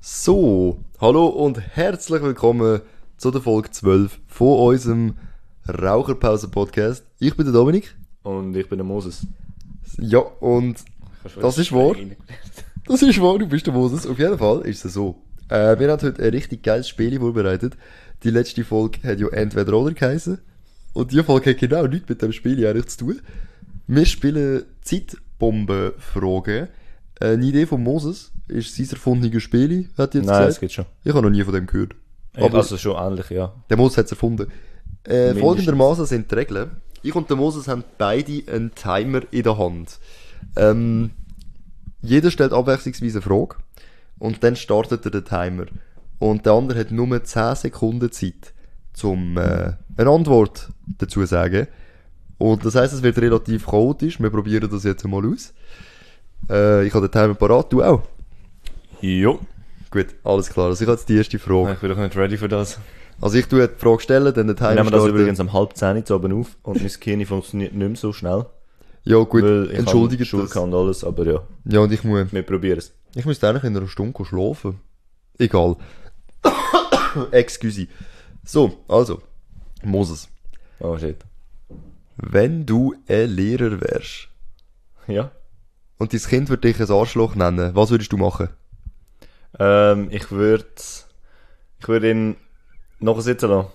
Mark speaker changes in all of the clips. Speaker 1: So, hallo und herzlich willkommen zu der Folge 12 von unserem Raucherpause-Podcast. Ich bin der Dominik.
Speaker 2: Und ich bin der Moses.
Speaker 1: Ja, und Das ist wahr. das ist wahr, du bist der Moses. Auf jeden Fall ist es so. Äh, wir haben heute ein richtig geiles Spiel vorbereitet. Die letzte Folge hat ja entweder oder geheißen. Und die Folge hat genau nichts mit dem Spiel eigentlich zu tun. Wir spielen Zeitbombe-Fragen. Eine Idee von Moses ist sein erfundenes Spiel, hat er jetzt
Speaker 2: Nein, es
Speaker 1: gesagt.
Speaker 2: gibt schon.
Speaker 1: Ich habe noch nie von dem gehört.
Speaker 2: Aber also schon ähnlich, ja.
Speaker 1: Der Moses hat es erfunden. Äh,
Speaker 2: Mindestens.
Speaker 1: folgendermaßen sind die Regeln. Ich und der Moses haben beide einen Timer in der Hand. Ähm, jeder stellt abwechslungsweise eine Frage und dann startet er den Timer. Und der andere hat nur 10 Sekunden Zeit, um äh, eine Antwort dazu zu sagen. Und das heißt, es wird relativ chaotisch. Wir probieren das jetzt mal aus. Äh, ich habe den Timer parat, du auch.
Speaker 2: Jo.
Speaker 1: Gut, alles klar. Also ich habe jetzt die erste Frage.
Speaker 2: Ich bin doch nicht ready für das.
Speaker 1: Also ich tue die Frage stellen, dann den Timer
Speaker 2: Wir nehmen das
Speaker 1: starten.
Speaker 2: übrigens am halb zehn zu oben auf und mein Gehirn funktioniert nicht mehr so schnell.
Speaker 1: Ja, gut,
Speaker 2: Weil ich
Speaker 1: entschuldige
Speaker 2: Schule
Speaker 1: das.
Speaker 2: kann und alles, aber ja,
Speaker 1: Ja, und ich muss,
Speaker 2: wir probieren es.
Speaker 1: ich müsste eigentlich in einer Stunde schlafen. Egal. Excuse. So, also, Moses.
Speaker 2: Oh shit.
Speaker 1: Wenn du ein Lehrer wärst
Speaker 2: Ja.
Speaker 1: und dein Kind würde dich ein Arschloch nennen, was würdest du machen?
Speaker 2: Ähm, ich würde... Ich würde ihn nachher sitzen lassen.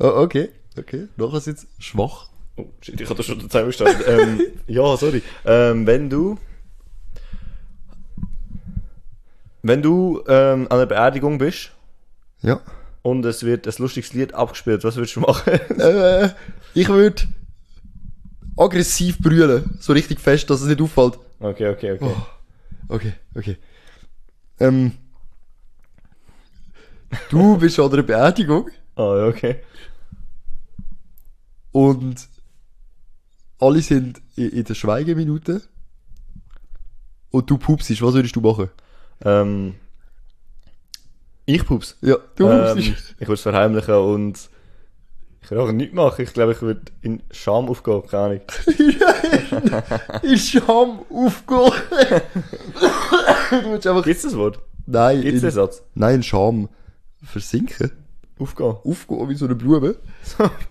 Speaker 1: Oh, okay, okay. Nachher ist jetzt schwach.
Speaker 2: Oh shit, ich habe das schon den Timer gestartet. ähm, ja, sorry. Ähm, wenn du... Wenn du ähm, an einer Beerdigung bist...
Speaker 1: Ja.
Speaker 2: und es wird ein lustiges Lied abgespielt. Was würdest du machen?
Speaker 1: Äh, ich würde aggressiv brüllen, so richtig fest, dass es nicht auffällt.
Speaker 2: okay, okay, okay.
Speaker 1: Oh. Okay, okay. Ähm, du bist an einer Beerdigung
Speaker 2: Ah, ja, okay.
Speaker 1: und alle sind in, in der Schweigeminute und du pupsest. Was würdest du machen?
Speaker 2: Ähm, ich pups.
Speaker 1: Ja, du
Speaker 2: Ähm, ich
Speaker 1: pupsest.
Speaker 2: würde es verheimlichen und ich würde auch nichts machen. Ich glaube, ich würde in Scham aufgehen, keine Ahnung.
Speaker 1: In Scham aufgehen. du willst einfach...
Speaker 2: Gibt's das Wort?
Speaker 1: Nein,
Speaker 2: Gibt's den
Speaker 1: in,
Speaker 2: Satz?
Speaker 1: nein, in Scham versinken.
Speaker 2: Aufgehen.
Speaker 1: Aufgehen wie so eine Blume.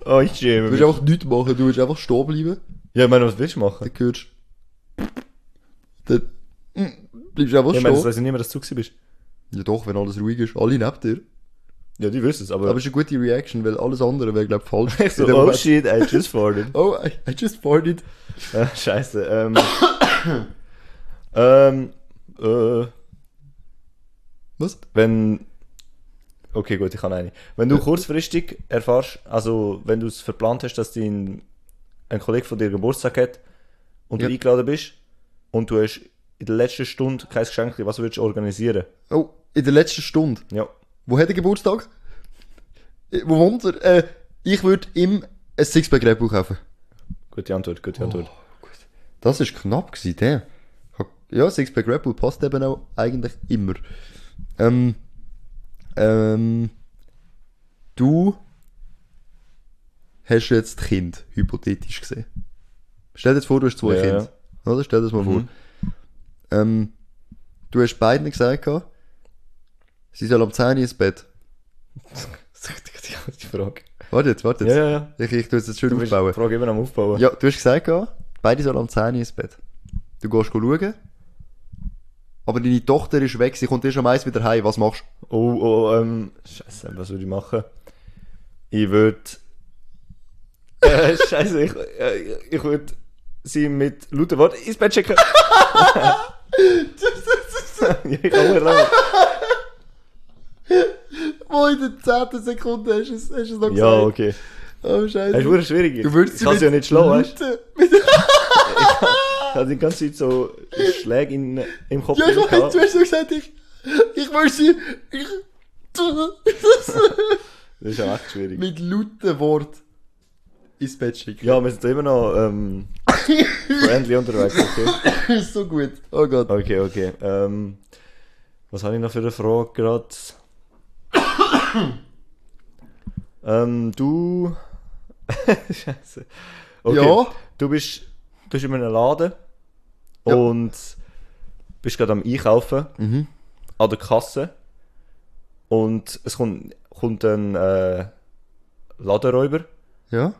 Speaker 2: Oh, ich schäme
Speaker 1: Du willst
Speaker 2: mich.
Speaker 1: einfach nichts machen. Du willst einfach stehen bleiben.
Speaker 2: Ja, ich meine, was willst du machen?
Speaker 1: Dann hörst du... Dann mm, bleibst du einfach
Speaker 2: Ich
Speaker 1: stehen.
Speaker 2: meine, das weiss ich nicht mehr, dass du gewesen bist.
Speaker 1: Ja doch, wenn alles ruhig ist. Alle neben dir.
Speaker 2: Ja, die wissen es, aber...
Speaker 1: Aber es ist eine gute Reaction, weil alles andere wäre, glaube ich, falsch.
Speaker 2: ich so,
Speaker 1: In dem
Speaker 2: oh
Speaker 1: Moment-
Speaker 2: shit, I just farted.
Speaker 1: Oh, I, I just farted.
Speaker 2: Äh, Scheiße. Ähm, ähm, äh,
Speaker 1: Was?
Speaker 2: Wenn. Okay, gut, ich kann eine. Wenn du kurzfristig erfährst, also wenn du es verplant hast, dass dein, ein Kollege von dir Geburtstag hat und
Speaker 1: Ja.
Speaker 2: du eingeladen bist und du hast in der letzten Stunde kein Geschenk, was würdest du organisieren?
Speaker 1: Oh, in der letzten Stunde.
Speaker 2: Ja.
Speaker 1: Wo hat er Geburtstag? Äh, Wo wohnt er? Äh, ich würde ihm ein Sixpack Red Bull kaufen.
Speaker 2: Gute Antwort, gute Antwort.
Speaker 1: Oh, Das ist knapp gewesen, der. Ja, Sixpack Red Bull passt eben auch eigentlich immer. Ähm, ähm, du hast jetzt Kind, hypothetisch gesehen. Stell dir jetzt vor, du hast zwei
Speaker 2: Ja, Mhm.
Speaker 1: Kinder. Oder? Stell dir das mal vor. Ähm, du hast beiden gesagt, gehabt, sie sollen am 10 Uhr ins Bett.
Speaker 2: Das ist die Frage.
Speaker 1: Warte jetzt, warte
Speaker 2: Ja,
Speaker 1: jetzt.
Speaker 2: ja, ja.
Speaker 1: Ich, ich tu es jetzt schön
Speaker 2: Du bist die
Speaker 1: aufbauen.
Speaker 2: Frage immer am Aufbauen.
Speaker 1: Ja, du hast gesagt, ja, beide sollen am 10 Uhr ins Bett. Du gehst schauen, aber deine Tochter ist weg, sie kommt erst am 1 wieder heim, was machst du?
Speaker 2: Oh, oh, ähm, Scheiße, was würde ich machen? Ich würde. Äh, Scheiße, ich, äh, ich würde sie mit lauten Worten ins Bett schicken. ja, ich kann mir lachen.
Speaker 1: Wo in der 10. Sekunde hast du es, hast du es noch
Speaker 2: Ja, okay.
Speaker 1: Oh,
Speaker 2: Das ist
Speaker 1: scheiße.
Speaker 2: wirklich schwierig.
Speaker 1: Du würdest
Speaker 2: ich kann sie ja nicht schlagen,
Speaker 1: Hm?
Speaker 2: weißt du?
Speaker 1: Mit,
Speaker 2: Ich habe die ganze Zeit so Schläge in, im Kopf.
Speaker 1: ja, ich
Speaker 2: drin
Speaker 1: weiß,
Speaker 2: gehabt.
Speaker 1: du hast so gesagt, ich, ich will sie, ich,
Speaker 2: das ist ja echt schwierig.
Speaker 1: mit lauten Wort ins Bett schicken.
Speaker 2: Ja, wir sind immer noch ähm, friendly unterwegs, okay?
Speaker 1: ist so gut. Oh Gott.
Speaker 2: Okay, okay. Ähm, was habe ich noch für eine Frage gerade? ähm, du. Scheiße. Okay.
Speaker 1: Ja?
Speaker 2: Du bist, du bist in einem Laden und bist gerade am Einkaufen. An der Kasse. Und es kommt, kommt ein äh, Ladenräuber
Speaker 1: Ja?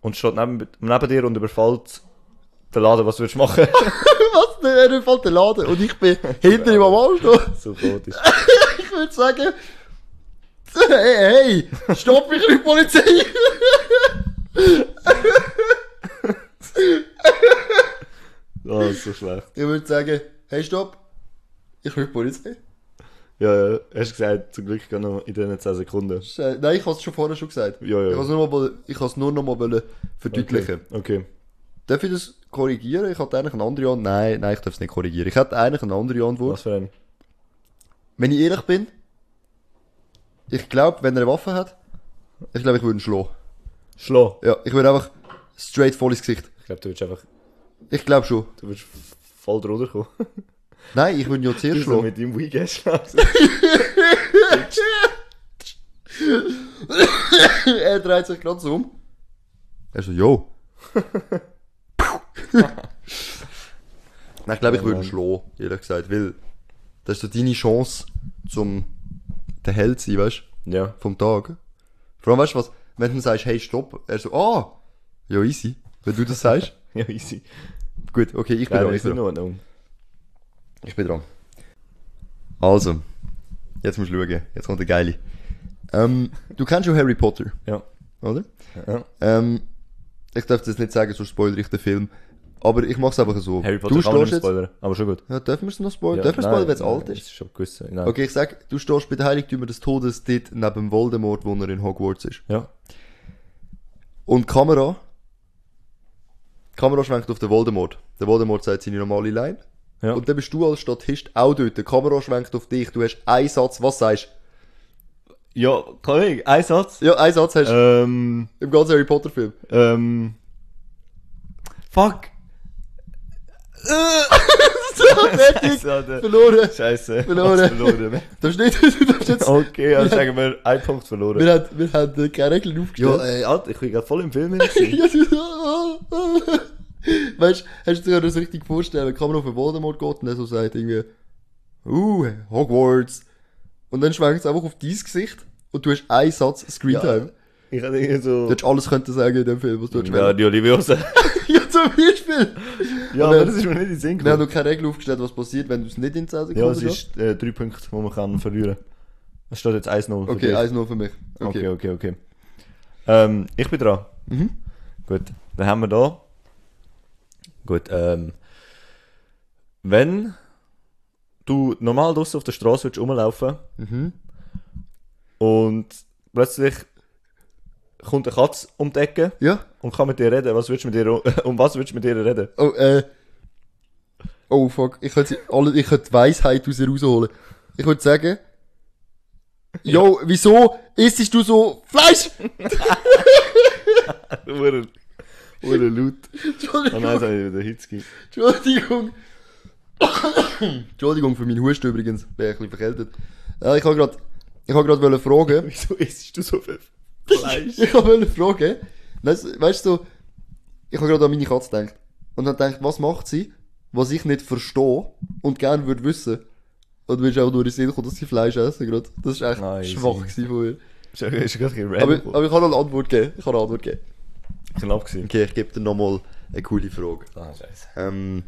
Speaker 2: und steht neben, neben dir und überfällt den Laden, was würdest du machen?
Speaker 1: Was? Der er fällt den Laden und ich bin hinter ihm am Auto.
Speaker 2: so tot ist.
Speaker 1: Ich würde sagen, hey, hey, stopp mich nicht, Polizei!
Speaker 2: Oh, ist so schlecht.
Speaker 1: Ich würde sagen, hey, stopp, ich will die Polizei.
Speaker 2: Ja, ja, hast du gesagt, zum Glück gehen noch in diesen 10 Sekunden.
Speaker 1: Sch- äh, Nein, ich habe es schon vorher schon gesagt.
Speaker 2: Ja, ja.
Speaker 1: Ich habe es nur noch mal, ich hab's nur noch mal wollen verdeutlichen.
Speaker 2: Okay.
Speaker 1: Darf ich das korrigieren? Ich hatte eigentlich einen anderen Antwort. Nein, nein, ich darf es nicht korrigieren. Ich hatte eigentlich einen anderen Antwort.
Speaker 2: Was für ein.
Speaker 1: Wenn ich ehrlich bin, ich glaube, wenn er eine Waffe hat, ich glaube, ich würde ihn schlagen.
Speaker 2: Schlo.
Speaker 1: Ja, ich würde einfach straight voll ins Gesicht.
Speaker 2: Ich glaube, du würdest einfach.
Speaker 1: Ich glaube schon.
Speaker 2: Du würdest f- voll drunter kommen.
Speaker 1: Nein, ich würde ihn ja zuerst
Speaker 2: So
Speaker 1: schlagen.
Speaker 2: Also mit deinem Weegas schlagen.
Speaker 1: er dreht sich ganz um. Er so, yo. Nein, ich glaube, ich würde ihn schlagen, ehrlich gesagt, weil das ist so deine Chance, zum der Held zu sein, weißt du,
Speaker 2: Ja.
Speaker 1: vom Tag. Vor allem, weißt du was, wenn du sagst, hey, stopp, er so, ah, ja, easy, wenn du das sagst.
Speaker 2: Ja, easy.
Speaker 1: Gut, okay, ich bin
Speaker 2: Nein,
Speaker 1: dran,
Speaker 2: ist
Speaker 1: ich
Speaker 2: in
Speaker 1: bin dran.
Speaker 2: Ordnung.
Speaker 1: Ich bin dran. Also, jetzt musst du schauen, jetzt kommt der Geile. Ähm, du kennst schon Harry Potter,
Speaker 2: Ja.
Speaker 1: oder?
Speaker 2: ja.
Speaker 1: Ähm, ich darf das nicht sagen, sonst spoilere ich den Film. Aber ich mach's einfach so.
Speaker 2: Harry Potter
Speaker 1: du
Speaker 2: kann man
Speaker 1: stehst
Speaker 2: nicht
Speaker 1: jetzt.
Speaker 2: spoilern. Aber schon gut.
Speaker 1: Ja, dürfen wir es noch spoilern?
Speaker 2: Ja,
Speaker 1: dürfen wir
Speaker 2: nein,
Speaker 1: spoilern, wenn es
Speaker 2: nein,
Speaker 1: alt
Speaker 2: das
Speaker 1: ist?
Speaker 2: schon gewusst. Nein.
Speaker 1: Okay, ich sag, du stehst bei den Heiligtümern des Todes dort neben Voldemort, wo er in Hogwarts ist.
Speaker 2: Ja.
Speaker 1: Und die Kamera. Die Kamera schwenkt auf den Voldemort. Der Voldemort sagt seine normale Line.
Speaker 2: Ja.
Speaker 1: Und dann bist du als Statist auch dort. Die Kamera schwenkt auf dich. Du hast einen Satz. Was sagst
Speaker 2: Ja, Kollege, ein Satz.
Speaker 1: du? Ja, einen Satz hast du
Speaker 2: Ähm,
Speaker 1: im ganzen Harry Potter Film.
Speaker 2: ähm. Fuck!
Speaker 1: Fertig!
Speaker 2: Scheiße.
Speaker 1: Verloren!
Speaker 2: äh, Scheiße.
Speaker 1: Verloren.
Speaker 2: Hab's verloren.
Speaker 1: Du hast nicht, du darfst jetzt.
Speaker 2: Okay, also sagen wir, ein Punkt verloren.
Speaker 1: Wir haben, wir haben äh, keine Regeln aufgestellt.
Speaker 2: ey, äh, Alter, ich bin gerade voll im Film hin.
Speaker 1: Ja, du- weißt du, hast du dir das richtig vorstellen? Kann man auf den Voldemort geht und der so sagt irgendwie, uh, Hogwarts. Und dann schwenkt es einfach auf dein Gesicht und du hast einen Satz Screentime.
Speaker 2: Ich hatte irgendwie so.
Speaker 1: Du hättest alles können sagen in dem Film, was du
Speaker 2: Ja,
Speaker 1: ja.
Speaker 2: die Oliviosa.
Speaker 1: ja, zum Beispiel.
Speaker 2: Ja,
Speaker 1: Und, äh,
Speaker 2: aber das ist mir nicht in den Sinn
Speaker 1: Wir haben
Speaker 2: gekommen.
Speaker 1: noch keine Regel aufgestellt, was passiert, wenn du es nicht in 10 Sekunden
Speaker 2: Ja, es
Speaker 1: schaffst.
Speaker 2: ist äh, drei Punkte, die man kann verlieren kann. Es steht jetzt 1-0. für
Speaker 1: Okay,
Speaker 2: dich.
Speaker 1: eins nur für mich.
Speaker 2: okay,
Speaker 1: Okay.
Speaker 2: okay, okay. Ähm, ich bin dran.
Speaker 1: Mhm.
Speaker 2: Gut, dann haben wir da. Gut, ähm. Wenn du normal draußen auf der Straße würdest rumlaufen
Speaker 1: Mhm.
Speaker 2: und plötzlich kommt eine Katze um die Ecke
Speaker 1: Ja.
Speaker 2: und kann mit dir reden, was würdest du mit dir, um was würdest du mit dir reden?
Speaker 1: Oh, äh. Oh, fuck. Ich könnte, sie alle, ich könnte die Weisheit aus ihr rausholen. Ich würde sagen. Yo, wieso isst du so Fleisch?
Speaker 2: Hure hure laut. Oh
Speaker 1: Entschuldigung.
Speaker 2: nein, das habe ich wieder Hitzki.
Speaker 1: Entschuldigung. Entschuldigung für meinen Husten übrigens. Bin ein bisschen verkältet. Ja, ich habe gerade, ich habe gerade wollen fragen.
Speaker 2: Wieso isst du so viel Fleisch?
Speaker 1: Ich habe wollen fragen. Weißt, weißt du, ich habe gerade an meine Katze gedacht. Und dann gedacht, was macht sie, was ich nicht verstehe und gerne würde wissen. Und mir ist auch nur in den Sinn gekommen, dass sie Fleisch essen gerade. Das ist echt
Speaker 2: Nice.
Speaker 1: schwach gewesen von mir.
Speaker 2: Ist ja ist ja gerade ein
Speaker 1: Aber,
Speaker 2: random.
Speaker 1: aber ich kann eine Antwort geben. Ich kann eine Antwort geben.
Speaker 2: knapp gewesen.
Speaker 1: Okay, ich gebe dir nochmal eine coole Frage.
Speaker 2: Ah, scheiße.
Speaker 1: Ähm,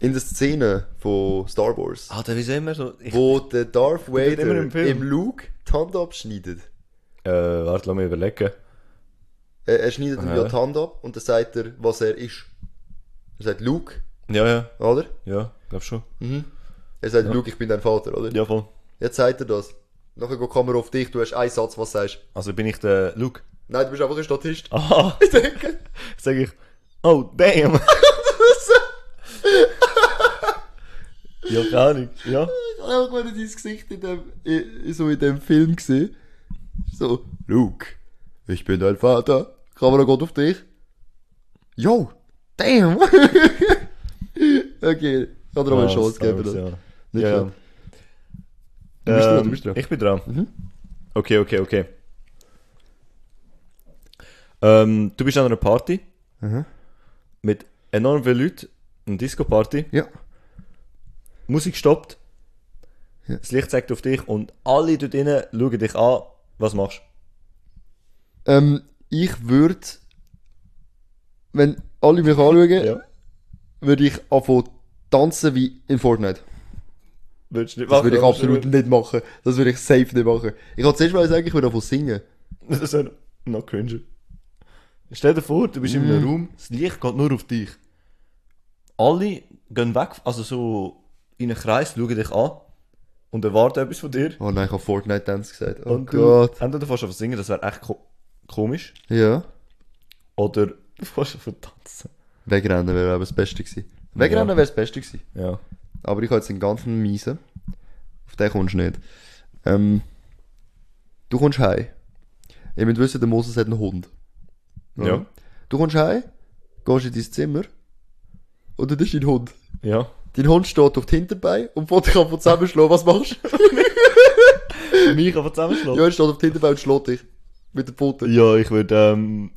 Speaker 1: in der Szene von Star Wars,
Speaker 2: Ah, der ist immer so. Ich, äh,
Speaker 1: wo der Darth
Speaker 2: wird immer
Speaker 1: Vader
Speaker 2: im
Speaker 1: im,
Speaker 2: Film.
Speaker 1: Luke die Hand abschneidet.
Speaker 2: Äh, warte, lass mich überlegen.
Speaker 1: Er, er schneidet ihm
Speaker 2: Ja.
Speaker 1: ja die Hand ab und dann sagt er, was er ist. Er sagt Luke,
Speaker 2: Ja, ja,
Speaker 1: oder?
Speaker 2: ja, glaub schon.
Speaker 1: Er sagt Luke, ich bin dein Vater, oder?
Speaker 2: Ja, voll.
Speaker 1: Jetzt sagt er das. Nachher geht die Kamera auf dich, du hast einen Satz, was sagst du?
Speaker 2: Also bin ich der Luke.
Speaker 1: Nein, du bist einfach ein Statist.
Speaker 2: Aha,
Speaker 1: Ich denke.
Speaker 2: Ah, sag ich. Oh, damn! ja, keine Ahnung. Ja.
Speaker 1: Ich habe einfach mal dein Gesicht in dem, in, so in dem Film gesehen. So, Luke, ich bin dein Vater. Kamera geht auf dich. Yo, damn. okay, ich habe dir noch eine
Speaker 2: Ah,
Speaker 1: Chance
Speaker 2: Star
Speaker 1: geben.
Speaker 2: Wars,
Speaker 1: oder?
Speaker 2: ja.
Speaker 1: Nicht
Speaker 2: Ja,
Speaker 1: schlecht. Du
Speaker 2: Ehm,
Speaker 1: bist dran, du bist dran.
Speaker 2: Ich bin dran. Okay, okay, okay. Ähm, du bist an einer Party
Speaker 1: Mhm.
Speaker 2: mit enorm vielen Leuten, eine Disco-Party.
Speaker 1: Ja.
Speaker 2: Musik stoppt Das Licht zeigt auf dich und alle dort drinnen schauen dich an. Was machst
Speaker 1: Ähm, ich würde, wenn alle mich anschauen,
Speaker 2: du? Ja.
Speaker 1: würde ich anfangen tanzen wie in Fortnite.
Speaker 2: Würdest du nicht
Speaker 1: Das
Speaker 2: machen?
Speaker 1: würde ich
Speaker 2: aber
Speaker 1: absolut nicht machen. Das würde ich safe nicht machen. Ich wollte zuerst mal sagen, ich würde anfangen singen.
Speaker 2: Das ist ja noch cringe. Stell dir vor, du bist in einem Raum, das Licht geht nur auf dich. Alle gehen weg, also so in einen Kreis, schauen dich an und erwarten etwas von dir.
Speaker 1: Oh nein, ich habe Fortnite Dance gesagt. Oh
Speaker 2: Und du
Speaker 1: Gott.
Speaker 2: entweder fährst du auf singen, das wäre echt ko komisch,
Speaker 1: Ja.
Speaker 2: oder du fährst auf tanzen.
Speaker 1: Wegrennen wäre aber das Beste gewesen. Wegrennen
Speaker 2: Ja.
Speaker 1: wäre das Beste gewesen.
Speaker 2: Ja.
Speaker 1: Aber ich habe jetzt einen ganzen Miesen. Auf den kommst du nicht. Ähm, du kommst heim. Ihr müsst wissen, der Moses hat einen Hund.
Speaker 2: Ja.
Speaker 1: Du kommst heim, gehst in dein Zimmer und dann ist dein Hund.
Speaker 2: Ja.
Speaker 1: Dein Hund steht auf die Hinterbeine und will dich einfach zusammenschlagen. Was machst du?
Speaker 2: Mich aber zusammenschlagen.
Speaker 1: ja, er steht auf die Hinterbeine und schlägt dich. Mit den Pfoten.
Speaker 2: Ja, ich würde ähm,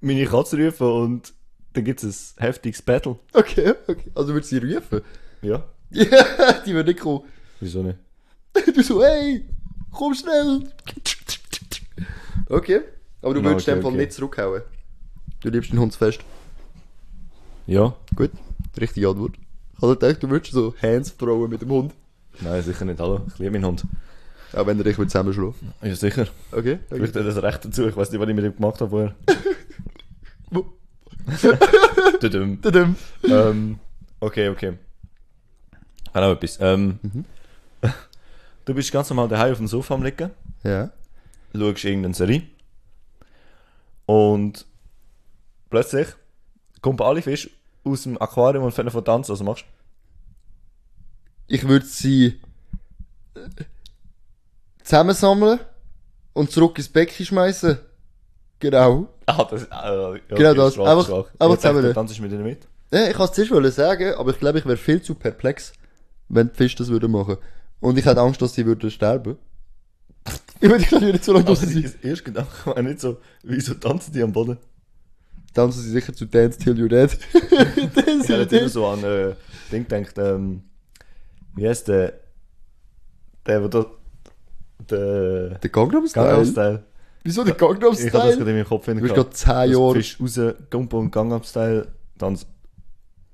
Speaker 2: meine Katze rufen und dann gibt es ein heftiges Battle.
Speaker 1: Okay, okay. Also würdest du sie rufen?
Speaker 2: Ja.
Speaker 1: Ja, die würde nicht kommen.
Speaker 2: Wieso nicht?
Speaker 1: Du so, hey, komm schnell. Okay. Aber du
Speaker 2: Na,
Speaker 1: würdest
Speaker 2: okay,
Speaker 1: in dem Fall
Speaker 2: okay.
Speaker 1: nicht zurückhauen. Du liebst den Hund zu fest.
Speaker 2: Ja.
Speaker 1: Gut, richtige Antwort. Ich hatte gedacht, du würdest so Hands throwen mit dem Hund.
Speaker 2: Nein, sicher nicht. Hallo, ich liebe meinen Hund.
Speaker 1: Auch wenn er dich zusammenschlagen will.
Speaker 2: Ja, sicher.
Speaker 1: Okay. okay.
Speaker 2: Vielleicht hat er das Recht dazu. Ich weiß nicht, was ich mit ihm gemacht habe vorher.
Speaker 1: Bu-
Speaker 2: Tudum.
Speaker 1: Tadam.
Speaker 2: ähm, okay, okay. Habe auch etwas. Ähm,
Speaker 1: Mhm.
Speaker 2: Du bist ganz normal daheim auf dem Sofa am Liegen,
Speaker 1: Ja.
Speaker 2: schaust irgendeine Serie und plötzlich kommt alle Fische aus dem Aquarium und fangen von tanzen. Was machst du?
Speaker 1: Ich würde sie äh, zusammensammeln und zurück ins Becken schmeißen. Genau.
Speaker 2: Ah, das, äh, ja,
Speaker 1: Genau das.
Speaker 2: schwach,
Speaker 1: Einfach-
Speaker 2: schwach.
Speaker 1: einfach
Speaker 2: Ich dachte,
Speaker 1: zusammen.
Speaker 2: Du tanzt mit ihnen mit.
Speaker 1: Ja, ich wollte es zuerst sagen, aber ich glaube, ich wäre viel zu perplex, wenn die Fische das würden machen. Und ich hätte Angst, dass sie würden sterben. Ich würde glaube ich nicht so lange
Speaker 2: Aber
Speaker 1: draußen sein.
Speaker 2: das erste Gedanke war nicht so, wieso tanzen die am Boden?
Speaker 1: Tanzen sie sicher zu Dance Till You're Dead. Dance Till
Speaker 2: Ich habe
Speaker 1: You're
Speaker 2: jetzt immer
Speaker 1: Dead.
Speaker 2: so an äh, Ding gedacht, ähm, wie heißt der, der, wo da, der
Speaker 1: Der Gangnam
Speaker 2: Gangnam
Speaker 1: Style?
Speaker 2: Style.
Speaker 1: Wieso der Gangnam
Speaker 2: Ich habe das
Speaker 1: Style?
Speaker 2: gerade in meinem
Speaker 1: Du
Speaker 2: Kopf finden
Speaker 1: bist gerade 10 Jahre.
Speaker 2: Fisch raus, Gumpo und Gangnam Style, dann,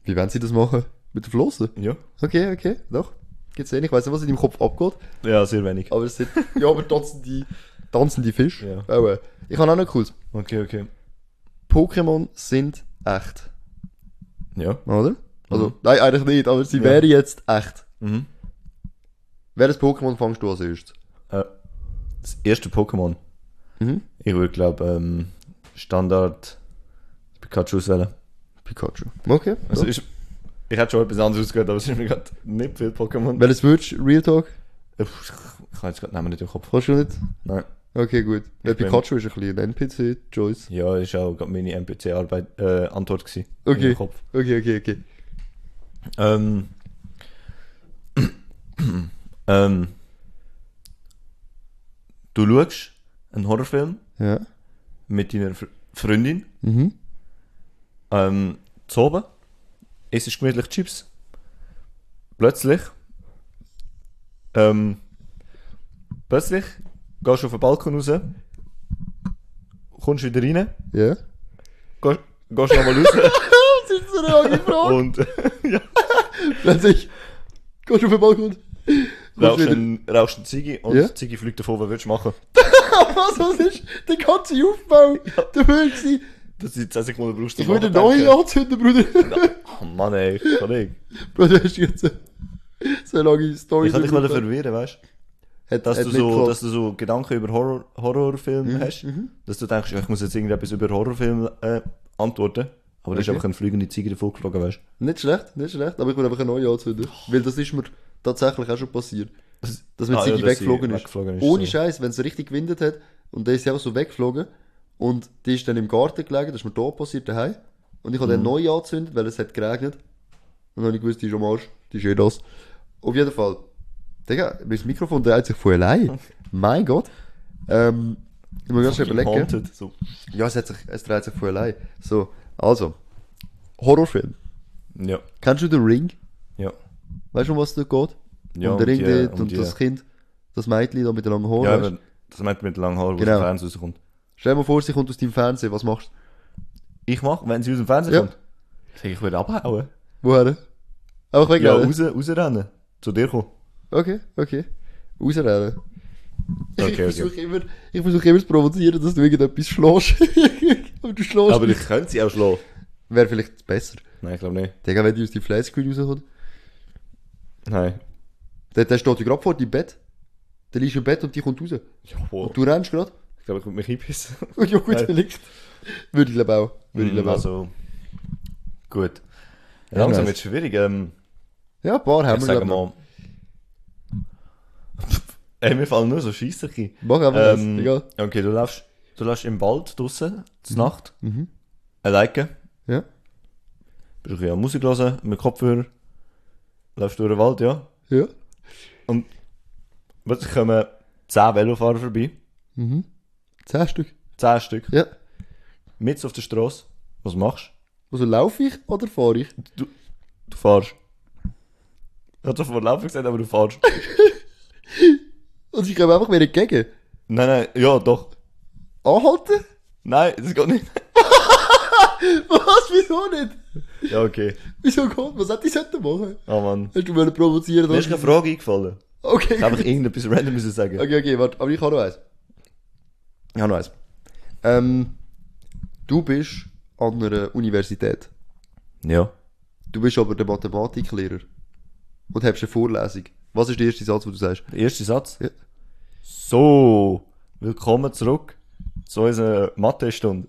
Speaker 1: Wie wollen sie das machen? Mit der Flosse?
Speaker 2: ja,
Speaker 1: Okay, okay, doch. Gibt's eh nicht. Ich weiß nicht, was in deinem Kopf abgeht.
Speaker 2: ja, sehr wenig.
Speaker 1: Aber es sind, ja, aber tanzen die, tanzen die Fische.
Speaker 2: Ja.
Speaker 1: Auch, äh. Ich habe auch noch cooles.
Speaker 2: Okay, okay.
Speaker 1: Pokémon sind echt.
Speaker 2: Ja.
Speaker 1: Oder? Also,
Speaker 2: Mhm.
Speaker 1: nein, eigentlich nicht, aber sie
Speaker 2: Ja.
Speaker 1: wäre jetzt echt.
Speaker 2: Mhm.
Speaker 1: Welches Pokémon fangst du als erstes?
Speaker 2: Äh, das erste Pokémon,
Speaker 1: Mhm.
Speaker 2: ich würde glaube, ähm, Standard Pikachu wählen.
Speaker 1: Pikachu. Okay.
Speaker 2: Also
Speaker 1: ja.
Speaker 2: ist, ich hätte schon etwas anderes ausgehört, aber es ist mir gerade nicht viel Pokémon.
Speaker 1: Welches würdest du? Real Talk?
Speaker 2: Uff, Ich habe jetzt gerade den Namen nicht im Kopf.
Speaker 1: Kannst du nicht?
Speaker 2: Nein.
Speaker 1: Okay, gut. Weil
Speaker 2: bin-
Speaker 1: Pikachu ist ein bisschen ein NPC-Choice.
Speaker 2: Ja, ist auch gerade meine NPC-Arbeit äh, Antwort gewesen. in
Speaker 1: Okay.
Speaker 2: meinem Kopf.
Speaker 1: Okay, okay, okay.
Speaker 2: Ähm, ähm, du schaust einen Horrorfilm
Speaker 1: Ja.
Speaker 2: mit deiner Fr Freundin
Speaker 1: Mhm.
Speaker 2: ähm, zu oben, isst gemütlich Chips. Plötzlich, ähm, plötzlich gehst du auf den Balkon raus, kommst wieder rein,
Speaker 1: Ja.
Speaker 2: gehst, gehst nochmal raus
Speaker 1: Das ist so eine lange Frage.
Speaker 2: und ja,
Speaker 1: Plötzlich. Gehst du auf den Balkon?
Speaker 2: rauchst
Speaker 1: wieder-
Speaker 2: einen, rauchst einen Ziggy und
Speaker 1: Ja?
Speaker 2: die Ziggy fliegt davon, was willst du machen?
Speaker 1: Was, was Also, ist der ganze Aufbau? Der würde sie.
Speaker 2: Das sind 10 Sekunden brauchst du
Speaker 1: Ich würde
Speaker 2: nachdenken.
Speaker 1: neu anzünden, Bruder.
Speaker 2: Oh Mann, ey, Kollege.
Speaker 1: Bro, du hast jetzt so- so eine lange Story.
Speaker 2: Ich kann dich
Speaker 1: darüber.
Speaker 2: mal verwirren, weißt du?
Speaker 1: Hat-
Speaker 2: Dass,
Speaker 1: hat
Speaker 2: du
Speaker 1: nicht
Speaker 2: so,
Speaker 1: geklappt. Mhm,
Speaker 2: dass du so Gedanken über Horror, Horrorfilme hast. Dass du denkst, ja, ich muss jetzt irgendetwas über Horrorfilme äh, antworten. Aber da ist
Speaker 1: Okay.
Speaker 2: einfach ein fliegende Ziege davor geflogen, weißt du?
Speaker 1: Nicht schlecht, nicht schlecht, aber ich will einfach eine neue anzünden. Weil das ist mir tatsächlich auch schon passiert. Dass mir
Speaker 2: Ah,
Speaker 1: ah,
Speaker 2: ja,
Speaker 1: Ziggy
Speaker 2: dass sie
Speaker 1: weggeflogen ist.
Speaker 2: weggeflogen ist,
Speaker 1: Ohne
Speaker 2: so.
Speaker 1: Scheiß, wenn es richtig gewindet hat und der ist sie einfach so weggeflogen und die ist dann im Garten gelegen, das ist mir da passiert daheim. Und ich habe
Speaker 2: Mhm.
Speaker 1: dann neu angezündet, weil es hat geregnet. Und dann habe ich gewusst, die ist am Arsch, die ist eh das. Auf jeden Fall. Digga, mein Mikrofon dreht sich von allein. mein Gott. Ähm, ich muss ganz schnell überlegen.
Speaker 2: Haunted, so.
Speaker 1: Ja, es, hat sich, es dreht sich von allein. So, also. Horrorfilm.
Speaker 2: Ja,
Speaker 1: Kennst du The Ring?
Speaker 2: ja.
Speaker 1: Weißt du, um was es da geht?
Speaker 2: Ja,
Speaker 1: und der Ring
Speaker 2: die,
Speaker 1: dort
Speaker 2: und
Speaker 1: und
Speaker 2: die-
Speaker 1: das Kind, das Mädchen da mit den langen Haaren.
Speaker 2: Ja,
Speaker 1: weisst
Speaker 2: eben, das meint mit langen Haaren, wo
Speaker 1: Genau.
Speaker 2: aus dem Fernsehen rauskommt.
Speaker 1: Stell dir mal vor, sie kommt aus deinem Fernsehen, was machst
Speaker 2: Ich mach, wenn sie aus dem Fernsehen
Speaker 1: Ja.
Speaker 2: kommt, sag ich, ich würde abhauen.
Speaker 1: du? Woher? Einfach weg,
Speaker 2: Ja,
Speaker 1: oder?
Speaker 2: raus, rausrennen. Zu dir kommen.
Speaker 1: Okay, okay. Rausrennen.
Speaker 2: Okay,
Speaker 1: ich
Speaker 2: okay.
Speaker 1: versuche immer, ich versuch immer zu provozieren, dass du irgendetwas schlägst. Aber du schlägst.
Speaker 2: Aber ich könnte sie auch schlagen.
Speaker 1: Wäre vielleicht besser.
Speaker 2: Nein, ich glaube nicht.
Speaker 1: Digga, wenn die aus dem Flatscreen rauskommt.
Speaker 2: Nein.
Speaker 1: Der, der steht ja gerade vor deinem Bett. Der liegt im Bett und die kommt raus.
Speaker 2: Jawohl.
Speaker 1: Und du rennst gerade.
Speaker 2: Ich glaube, ich würde mich einpissen.
Speaker 1: Und ja, gut,
Speaker 2: Nein.
Speaker 1: der liegt. Würde ich glaube auch. Würde ich
Speaker 2: Mm,
Speaker 1: glaube auch.
Speaker 2: also, gut.
Speaker 1: Ja,
Speaker 2: Langsam
Speaker 1: nice.
Speaker 2: wird es schwierig. Ähm,
Speaker 1: Ja, ein paar haben
Speaker 2: ich
Speaker 1: wir
Speaker 2: sage
Speaker 1: glaube ich.
Speaker 2: mal. Ey, mir fallen nur so Scheissliche.
Speaker 1: Mach einfach
Speaker 2: Ähm,
Speaker 1: das. Egal.
Speaker 2: okay, du läufst, du läufst im Wald draußen, zur Nacht,
Speaker 1: Mhm.
Speaker 2: alleine,
Speaker 1: Ja.
Speaker 2: bist ein bisschen an Musik hören, mit Kopfhörer, läufst durch den Wald, ja.
Speaker 1: Ja.
Speaker 2: Plötzlich kommen 10 Velofahrer vorbei,
Speaker 1: Mhm. Zehn Stück.
Speaker 2: 10 Stück,
Speaker 1: Ja.
Speaker 2: mit auf der Straße. Was machst
Speaker 1: Also laufe ich oder fahre ich?
Speaker 2: du? Du fahrst. Ich hab zwar vor Laufen gesagt, aber du fahrst.
Speaker 1: Und Also ich komme einfach wieder entgegen.
Speaker 2: nein, nein, ja, doch.
Speaker 1: Anhalten?
Speaker 2: Nein, das geht nicht.
Speaker 1: Was? Wieso nicht?
Speaker 2: ja, okay.
Speaker 1: Wieso kommt? Was hätte ich sollten machen?
Speaker 2: Oh Mann.
Speaker 1: Hast du wollen provozieren?
Speaker 2: Mir ist keine Frage eingefallen. Ich
Speaker 1: Okay.
Speaker 2: habe irgendetwas random müssen sagen.
Speaker 1: Okay, okay, warte. Aber ich habe noch eins. Ich habe noch eins. Ähm, du bist an einer Universität.
Speaker 2: Ja.
Speaker 1: Du bist aber der Mathematiklehrer. Und hast eine Vorlesung. Was ist der erste Satz, den du sagst?
Speaker 2: Der erste Satz.
Speaker 1: Ja.
Speaker 2: So, willkommen zurück zu unserer Mathe-Stunde.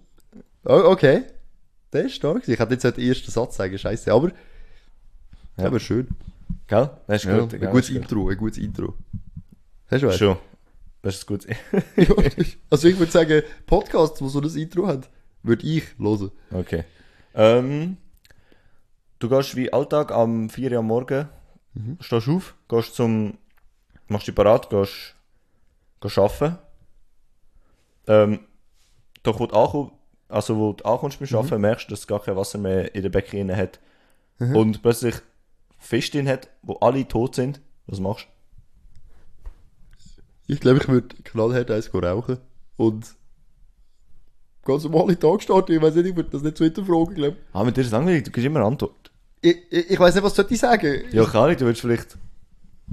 Speaker 1: Oh, okay. Der ist stark. gewesen. Ich hätte jetzt nicht den ersten Satz sagen, scheiße, aber.
Speaker 2: Ja.
Speaker 1: Aber schön.
Speaker 2: Gell? Das ist
Speaker 1: Ja,
Speaker 2: gut.
Speaker 1: ein
Speaker 2: gell?
Speaker 1: gutes
Speaker 2: Das ist
Speaker 1: Intro, ein gutes Intro. Hast du
Speaker 2: gut.
Speaker 1: was?
Speaker 2: Schon. Das ist gut.
Speaker 1: also ich würde sagen, Podcasts, die so ein Intro haben, würde ich hören.
Speaker 2: okay. Ähm, du gehst wie Alltag am 4 Uhr am Morgen, stehst auf, gehst zum, machst dich parat, gehst, gehst arbeiten. Ähm, doch wo du ankommst, also wo du ankommst beim Arbeiten, merkst du, dass es gar kein Wasser mehr in der Becken hat. Und plötzlich Fisch drin hat, wo alle tot sind. Was machst du?
Speaker 1: Ich glaube, ich würde knallhart eins gehen rauchen und ganz normale Tag starten. Ich weiß nicht, ich würde das nicht so hinterfragen, glaube
Speaker 2: Ah, mit dir ist es langweilig, du gibst immer eine Antwort.
Speaker 1: ich. Ich, ich weiß nicht, was sollte ich sagen.
Speaker 2: Ja, keine Ahnung, du würdest vielleicht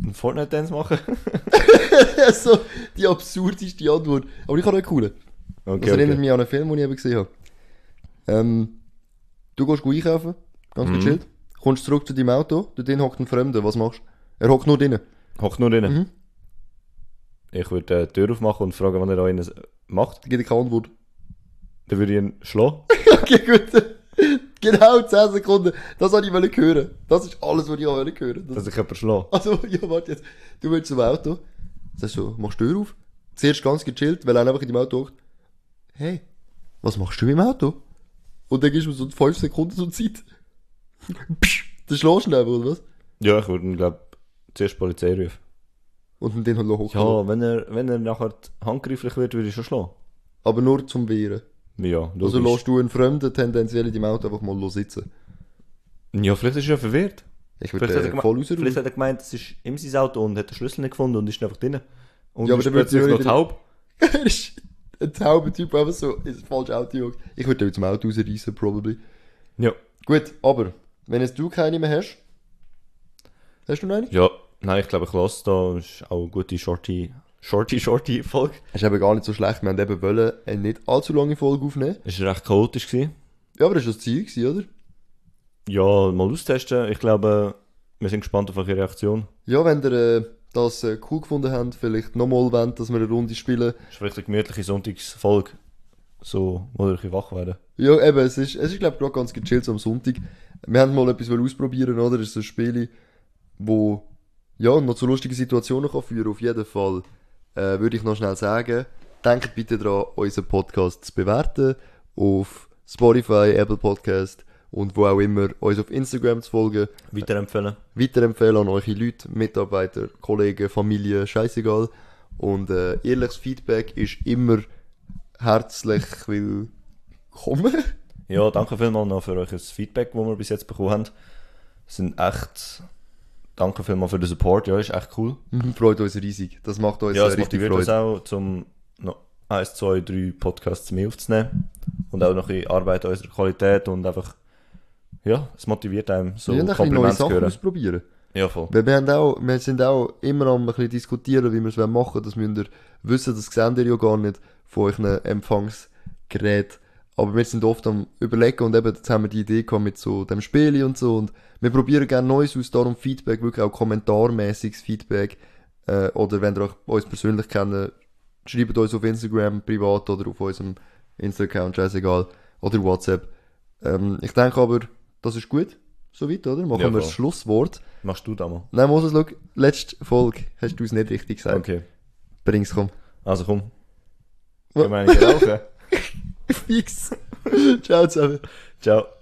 Speaker 2: einen Fortnite-Dance machen.
Speaker 1: so Also, die absurdeste Antwort. Aber ich habe noch eine coole. Das
Speaker 2: Okay,
Speaker 1: erinnert
Speaker 2: okay.
Speaker 1: mich an einen Film, den ich eben gesehen habe. Ähm, du gehst gut einkaufen,
Speaker 2: Mhm.
Speaker 1: ganz gechillt, kommst zurück zu deinem Auto, dort drin hockt ein Fremder, was machst du? Er hockt nur drinnen.
Speaker 2: Hock nur rein. Ich würde äh, die Tür aufmachen und fragen, wann er da einen macht.
Speaker 1: Da gibt er keine Antwort.
Speaker 2: Dann würde ich ihn schlagen.
Speaker 1: Okay, gut. genau 10 Sekunden. Das wollte ich wollen hören. Das ist alles, was ich auch hören wollte. Das,
Speaker 2: dass ich jemanden schlage.
Speaker 1: also, ja, warte jetzt. Du willst zum Auto, sagst so, machst du die Tür auf? Zuerst ganz gechillt, weil er einfach in deinem Auto hockt. Hey, was machst du im Auto? Und dann gibst du mir so 5 Sekunden so Zeit. Psch, Dann schlägst du ihn einfach, oder was?
Speaker 2: Ja, ich würde ihn, glaube zuerst die Polizei rufen. Also,
Speaker 1: Und den halt hoch.
Speaker 2: Ja, wenn er, wenn er nachher handgreiflich wird, würde ich schon schlagen.
Speaker 1: Aber nur zum Wehren.
Speaker 2: Ja, logisch.
Speaker 1: Also lässt du einen Fremden tendenziell in deinem Auto einfach mal los sitzen.
Speaker 2: ja, vielleicht ist er ja verwirrt.
Speaker 1: Ich würde
Speaker 2: Vielleicht hat,
Speaker 1: äh,
Speaker 2: er geme-
Speaker 1: voll
Speaker 2: vielleicht
Speaker 1: rausrufen.
Speaker 2: hat er gemeint, es ist ihm sein Auto und hat den Schlüssel nicht gefunden und ist einfach drin. Und
Speaker 1: Ja, aber
Speaker 2: ist
Speaker 1: dann würd's
Speaker 2: plötzlich
Speaker 1: ja
Speaker 2: noch
Speaker 1: wieder-
Speaker 2: taub.
Speaker 1: Er ist ein tauber Typ, einfach so ins falsche Auto juckt. Ich würde ihn zum Auto rausreißen, probably.
Speaker 2: Ja.
Speaker 1: Gut, aber, wenn jetzt du keine mehr hast, hast du noch eine?
Speaker 2: Ja, nein, ich glaube, ich lasse da. Ist auch eine gute Shorty, Shorty, Shorty Folge.
Speaker 1: Ist eben gar nicht so schlecht. Wir haben eben wollen eine nicht allzu lange Folge aufnehmen.
Speaker 2: Ist recht chaotisch gewesen.
Speaker 1: Ja, aber das war das Ziel, gewesen, oder?
Speaker 2: Ja, mal austesten. Ich glaube, wir sind gespannt auf eure Reaktion.
Speaker 1: Ja, wenn ihr äh, das äh, cool gefunden habt, vielleicht nochmal wollt, dass wir eine Runde spielen.
Speaker 2: Ist vielleicht eine gemütliche Sonntagsfolge. So, wo ihr ein bisschen wach werden.
Speaker 1: Ja, eben, es ist, es ist glaube ich, gerade ganz gechillt so am Sonntag. Wir haben mal etwas wollen ausprobieren, oder? Das ist ein Spiel, wo ja, noch zu lustigen Situationen kann führen Auf jeden Fall äh, würde ich noch schnell sagen, denkt bitte daran, unseren Podcast zu bewerten. Auf Spotify, Apple Podcast und wo auch immer, uns auf Instagram zu folgen.
Speaker 2: Weiterempfehlen.
Speaker 1: Weiterempfehlen an eure Leute, Mitarbeiter, Kollegen, Familie, scheißegal. Und äh, ehrliches Feedback ist immer herzlich willkommen.
Speaker 2: Ja, danke vielmals noch für euch Feedback, das wir bis jetzt bekommen haben. Es sind echt Danke vielmals für den Support, ja, ist echt cool.
Speaker 1: Freut uns riesig. Das macht uns
Speaker 2: Ja,
Speaker 1: äh,
Speaker 2: es
Speaker 1: richtig
Speaker 2: motiviert uns
Speaker 1: Freude.
Speaker 2: auch, zum noch eins, zwei, drei Podcasts mehr aufzunehmen. Und auch noch ein bisschen Arbeit an unserer Qualität und einfach, ja, es motiviert einem, so
Speaker 1: ja, ein bisschen neue
Speaker 2: Komplimente zu
Speaker 1: Sachen
Speaker 2: hören.
Speaker 1: ausprobieren.
Speaker 2: Ja, voll.
Speaker 1: Weil wir, haben auch, wir sind auch immer am ein bisschen diskutieren, wie wir es machen wollen. Das müsst ihr wissen, das seht ihr ja gar nicht von euren Empfangsgeräten. Aber wir sind oft am überlegen und eben jetzt haben wir die Idee gehabt mit so dem Spiel und so. Und wir probieren gerne Neues aus, darum Feedback, wirklich auch kommentarmäßiges Feedback. Äh, oder wenn ihr euch, uns persönlich kennt, schreibt uns auf Instagram privat oder auf unserem Insta-Account, scheißegal. Oder WhatsApp. Ähm, ich denke aber, das ist gut. Soweit, oder? Machen
Speaker 2: Ja,
Speaker 1: wir
Speaker 2: voll.
Speaker 1: das Schlusswort.
Speaker 2: Machst du da mal.
Speaker 1: Nein, Moses, schau, letzte Folge hast du es nicht richtig gesagt.
Speaker 2: Okay.
Speaker 1: Bring's, komm.
Speaker 2: Also komm. Gehen wir eigentlich rauchen.
Speaker 1: Fix. Ciao zusammen.
Speaker 2: Ciao.